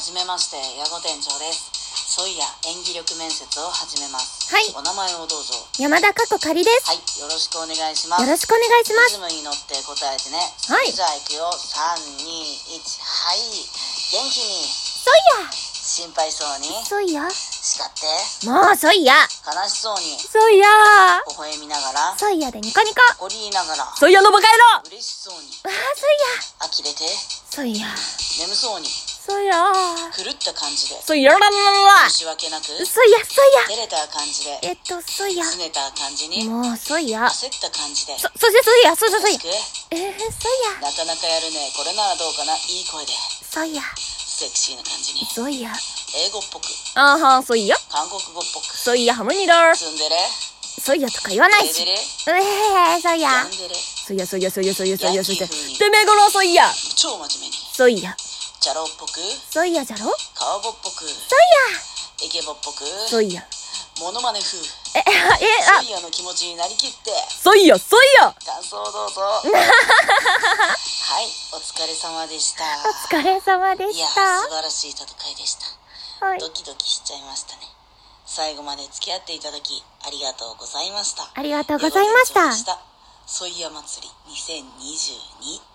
じめまして矢後店長ですそういや演技力面接を始めますはいお名前をどうぞ山田かっこかりです。はいよろしくお願いしますよろしくお願いしまリす。ズムに乗って答えてねはいそれじゃあいくよ321はい元気にそ心配そうにいや。そいや。叱ってもうそいや。悲しそうにそいや。微笑みながらそいやでニコニコ。誇りながらそいやのバカ野郎嬉しそうにわあ、呆れてそいや。眠そうにそいや。狂った感じでそいや。そいやらららら申し訳なく照そいや、そいれた感じでや。えっと、そいや。拗ねた感じにもうそいや。焦った感じでそ、そしてそいや、そいや、そしいや。くえー、なかなかやるねこれならどうかないい声でそいや。セクシーな感じにそいや。そいや。英語っぽくあーはん、そいや。韓国語っぽくそいや、ハムニラツンデレそいやとか言わないし。デレデレうえー、そいや。ツンデレそいや、そいや、そいや、そいや、そいや、そいや。ヤンキー風にてめえごろ、そいや。超真面目にそいや。チャロっぽくそいやじゃろ顔ぼっぽくイケボっぽくそいや。モノマネ風え、え、あソ、イヤの気持ちになりきってそいや、そいや感想をどう ぞはいお疲れ様でしたお疲れ様でいやし素た。晴らしい戦いでしたはいド。キドキしちゃいましたね最後まで付き合っていただきありがとうございましたありがとうございました。ソイヤ祭り2022